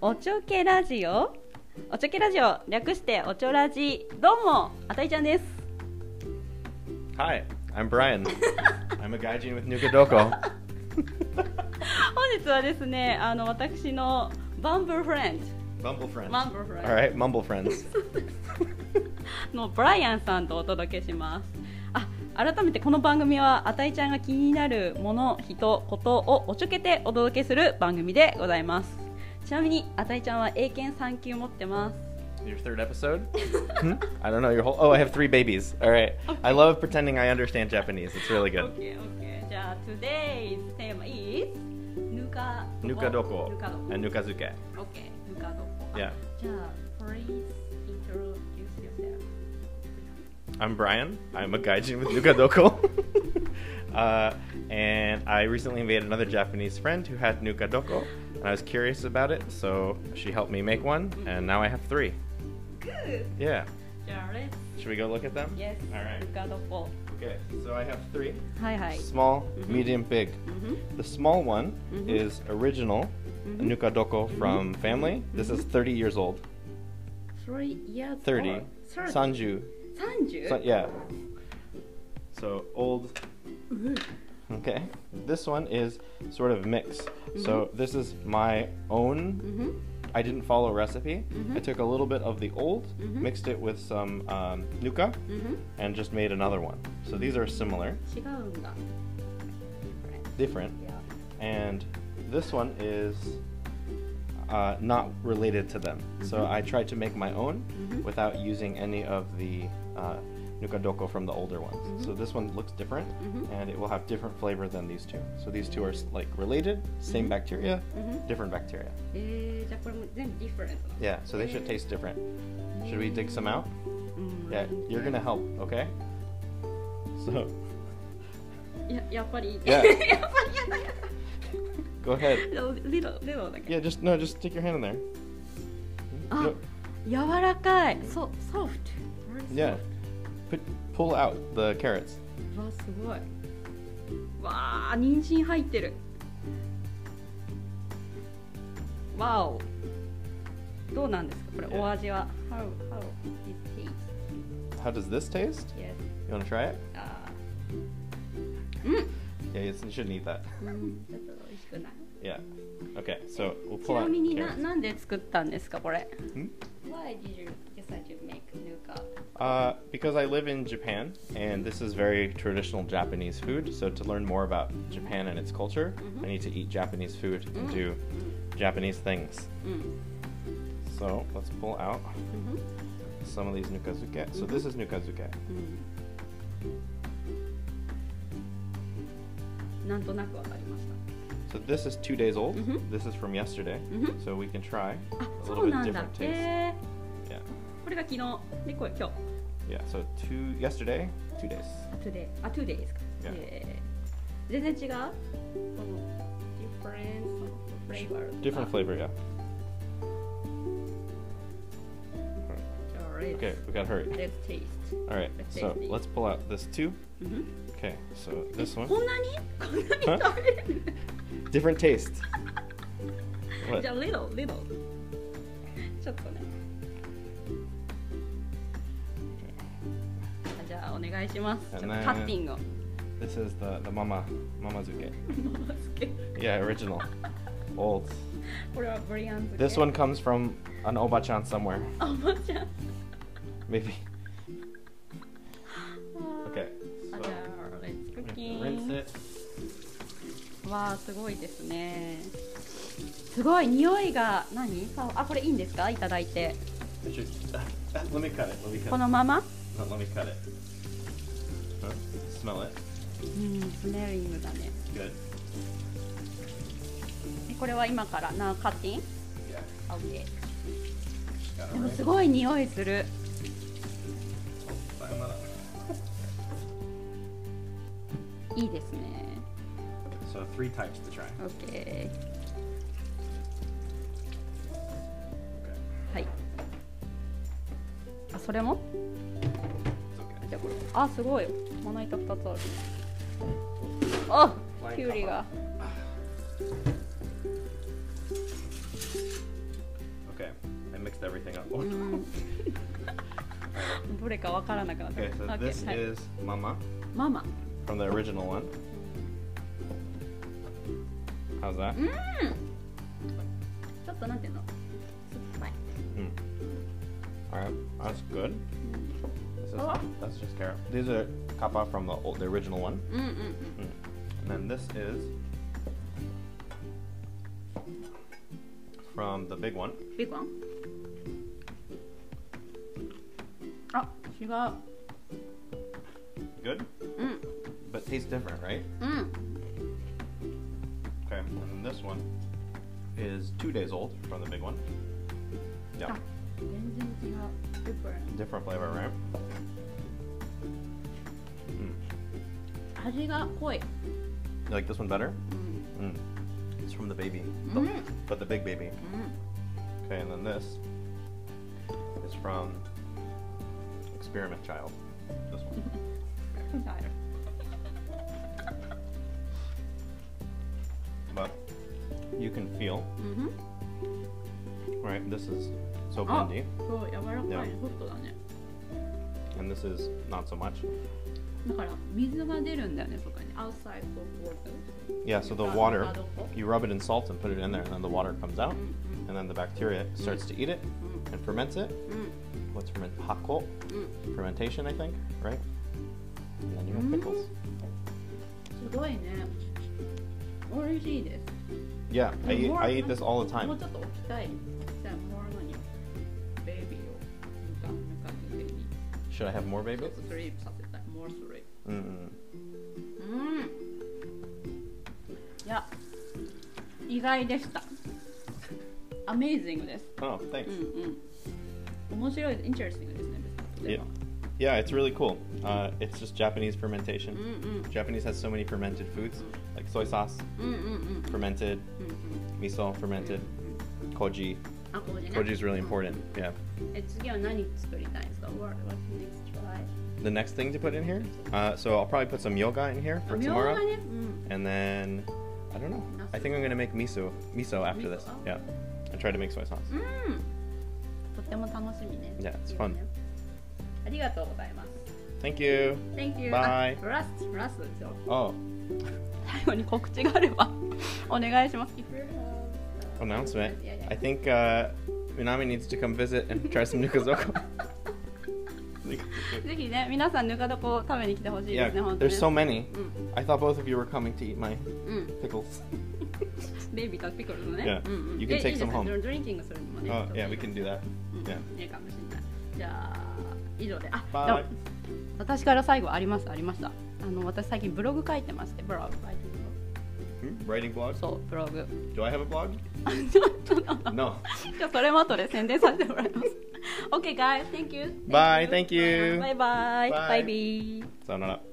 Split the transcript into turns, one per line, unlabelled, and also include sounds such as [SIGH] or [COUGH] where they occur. おちょけラジオおちょけラジオ略しておちょラジどうもあたいちゃんです [LAUGHS]
Hi, I'm [LAUGHS] Brian. I'm a gaijin with Nukadoko.
本日はですねあの私のバンブルフレンズ
Mumble friends.
バンブルフレン
All right, mumble friends.
ズのブライアンさんとお届けしますあ改めてこの番組はあたいちゃんが気になるもの人ことをおちょけてお届けする番組でございますちなみにあたいちゃんは英検3級持ってます
Your third episode? Hmm? I don't know your whole. Oh, I have three babies. All right. I love pretending I understand Japanese. It's really good.
[LAUGHS] Okay, okay. じゃあ today's theme is ぬか
Nukadoko
ぬかどこ
and Nukazuke.
Okay, ぬかどこ
Yeah.
じゃあ please introduce yourself
I'm Brian. I'm a gaijin with Nukadoko. [LAUGHS] uh, and I recently made another Japanese friend who had Nukadoko. And I was curious about it, so she helped me make one. And now I have three.
Good!
Yeah.
じゃあ let's
Should we go look at them?
yes
All
ぬ
right.
かどこ
Okay, so I have three.
はいはい
Small,
Mhm.
medium, big.
うんふん
The small one
Mhm.
is original
Mhm.
Nukadoko from family. This is 30 years old.
three years
30.
old.
Sanju.
30?
San- yeah. So old. Okay. This one is sort of mix. So this is my own.
うんふん
I didn't follow recipe.
Mhm.
I took a little bit of the old,
Mhm.
mixed it with some um, Nuka,
うんふん
and just made another one. So these are similar,
違うんだ
different. And this one is uh, not related to them. So
Mhm.
I tried to make my own
Mhm.
without using any of the uh, Nukadoko from the older ones.
Mhm.
So this one looks different
Mhm.
and it will have different flavor than these two. So these two are s- like related, same
Mhm.
bacteria,
うんふん
different bacteria.
えーじゃあこれも全部 different
Yeah, so they should taste different. Should we dig some out?
うん
Yeah, you're gonna help, okay? So
ややっぱり
Yeah.
[LAUGHS] やっぱりやだやだ
go
[LAUGHS]
ahead.
リロリロだけ
Yeah, just no, just stick your hand in there.
あ
No-
柔らかいソソフト
Yeah. Put, pull out the carrots.
うわすごいわあ人参入ってるわおどうなんですかこれ
Yeah.
お味は How, how it taste?
How does this taste?
Yes.
You want to try it?
あ
Yeah, you s- you shouldn't eat that. [LAUGHS]
ーうんちょっと美味しくない
Yeah. Okay, so we'll
ち
pull
な
out
みにな
carrots.
なんで作ったんですかこれ
Hmm?
Why did you decide to make nuka?
Uh, because I live in Japan, and this is very traditional Japanese food. So to learn more about Japan and its culture,
Mhm.
I need to eat Japanese food and
Mm.
do Japanese things.
うん、うん
So let's pull out
うん
some of these nukazuke. So this is nukazuke.
うんなんとなくわかりました。
So this is two days old.
Mhm.
This is from yesterday.
Mhm.
So we can try
あ、
a
そう
little
な
bit
んだ
different。taste.
へえ
Yeah.
これが昨日、でこれ今日、
Yeah. So two yesterday, two days.
あ today、あ today ですか。
Yeah.
へえ全然違う。この different flavor。
Different flavor, yeah.
flavor。
Okay, we gotta hurry.
Let's taste.
All right,
Let's taste
so
these.
let's pull out this two.
うん。
Okay, so this
こ
one,
んな [LAUGHS] に？こんなに食べれる？
different taste. What?
じゃあ little little。ちょっとね。あじゃあお願いします。ちょっとカッティン [LAUGHS] グを。
This is the the mama mamazuke.
マスケ
Yeah, original, old.
これはブリアンズ
This one comes from an obachan somewhere, [LAUGHS]
おばちゃん
maybe.
あ
Okay. So
じゃあレッツク
we
ッ
have
キ
to rinse
ン
it.
わあすごいですねすごい匂いが何さあこれいいんですかいただいて
It should- [LAUGHS] let me cut it. Let me
こ
cut
のまま
it. No, let me cut it. Huh? Smell it.
うんスネリングだね
Good.
えこれは今からなカッティン
Yeah.
あ OK
Gotta
でもす
rinse.
ごい匂いするいいですね
So three types to try.
Oh. OK
Okay.
はいあそれも
It's okay.
じゃあこれあすごいまな板2つあるあきゅうりが
messed everything up. [LAUGHS]
Mm-hmm. どれかわからなくなった。
okay, so
Okay,
this
はい
is Mama
ママ。
from the original one. How's that?
うん。ちょっとなんていうの。酸っぱい。
Mm. Hmm. All right, that's good. This is,
Hello?
That's just carrot. These are kappa from the old, the original one.
うんうんうん。
Mm. And then this is from the big one.
ビーコン。あ、違う。
Good,
うん。
but tastes different, right?
うん。
Okay, and then this one is two days old from the big one. Yeah,
あ、全然違う。Different
different flavor, right? Mm.
味が濃い。
You like this one better?
うん。
Mm. It's from the baby,
うん。
the- but the big
う
baby.
ん。
Okay, and then this is from Experiment Child. This one.
I'm tired.
But you can feel,
うん。
right? This is so
あ
blendy,、
そう柔らかいソフトだね。
and this is not so much.
だから水が出るんだよね、そこに。Outside of water.
Yeah, so the
Avocado
water,
pulp.
you rub it in salt and put it in there, and then the water comes out,
うんうん
and then the bacteria starts to eat it
Mm.
and ferments it.
う
What's ferment? Hakko?
んうん。
Fermentation, I think, right? And then you have
Mm.
pickles.
すごいね。美味しいです。
Yeah, I eat, I eat this all the
もう
time.
ちょっと置きたい。じゃあ、もう何ベイビーをなんかなんかベイビー
Should I have more Mm-hmm.
ちょ
baby?
っとスリープさせたい。more sleep。
Mm-mm.
うん。いや、意外でした。Amazing です。
Oh, thanks.
うんうん。面白い、interesting ですね。別に
Yeah. Yeah, it's really cool. Uh, it's just Japanese
うんう
fermentation.
ん。
Japanese has so many fermented foods, like soy sauce,
うんうんうんうん。
fermented,
うんうん。
miso, fermented, koji.
あ、ここでね。
Koji is really important. Yeah.
え、次は何作りたいんですか What- what's next try?
The next thing to put in here, uh, so I'll probably put some yoga in here
あ
for
みょうが
tomorrow,
ね。うん。
and then I don't know. I think I'm gonna make miso, miso oh. after this.
Miso?
Yeah, and try to make soy sauce.
うん。とっても楽しみね。
Yeah,
い
it's
いよ
fun.
ねありがとうございます。
Thank you.
Thank you.
Bye.
ラスト、ラストですよ。
Oh,
最後に告知があれば [LAUGHS] お願いします。
announcement.
Yeah, yeah.
I think uh, Minami needs to come visit and try
[LAUGHS]
some nukazoko.
ぜひね、皆さんぬか床を食べに来てほしいで
Yeah,
すね、本当
there's
に。
so many.
うん、
I thought both of you were coming to eat my
うん、
pickles.
ベイビーとピクルのね。
Yeah.
うんうん
You can
で
take
いいです
some home.
ドリンキングするにもね。
Oh,
ちょっと
yeah, we can do that.
うん、
Yeah.
いいかもしれない。じゃあ、以上で。あ、
Bye.
でも私から最後あります、ありました。あの、私最近ブログ書いてまして、ブログ書いてま
Hmm? Writing blog?
す。そう、ブログ。
Do I have a blog?
ちょっと。
No.
じゃあそれも後で宣伝させてもらいます。OK, guys, thank you.
Bye, thank you.
Bye bye.
Bye.
Bye bye.
So I'm not up.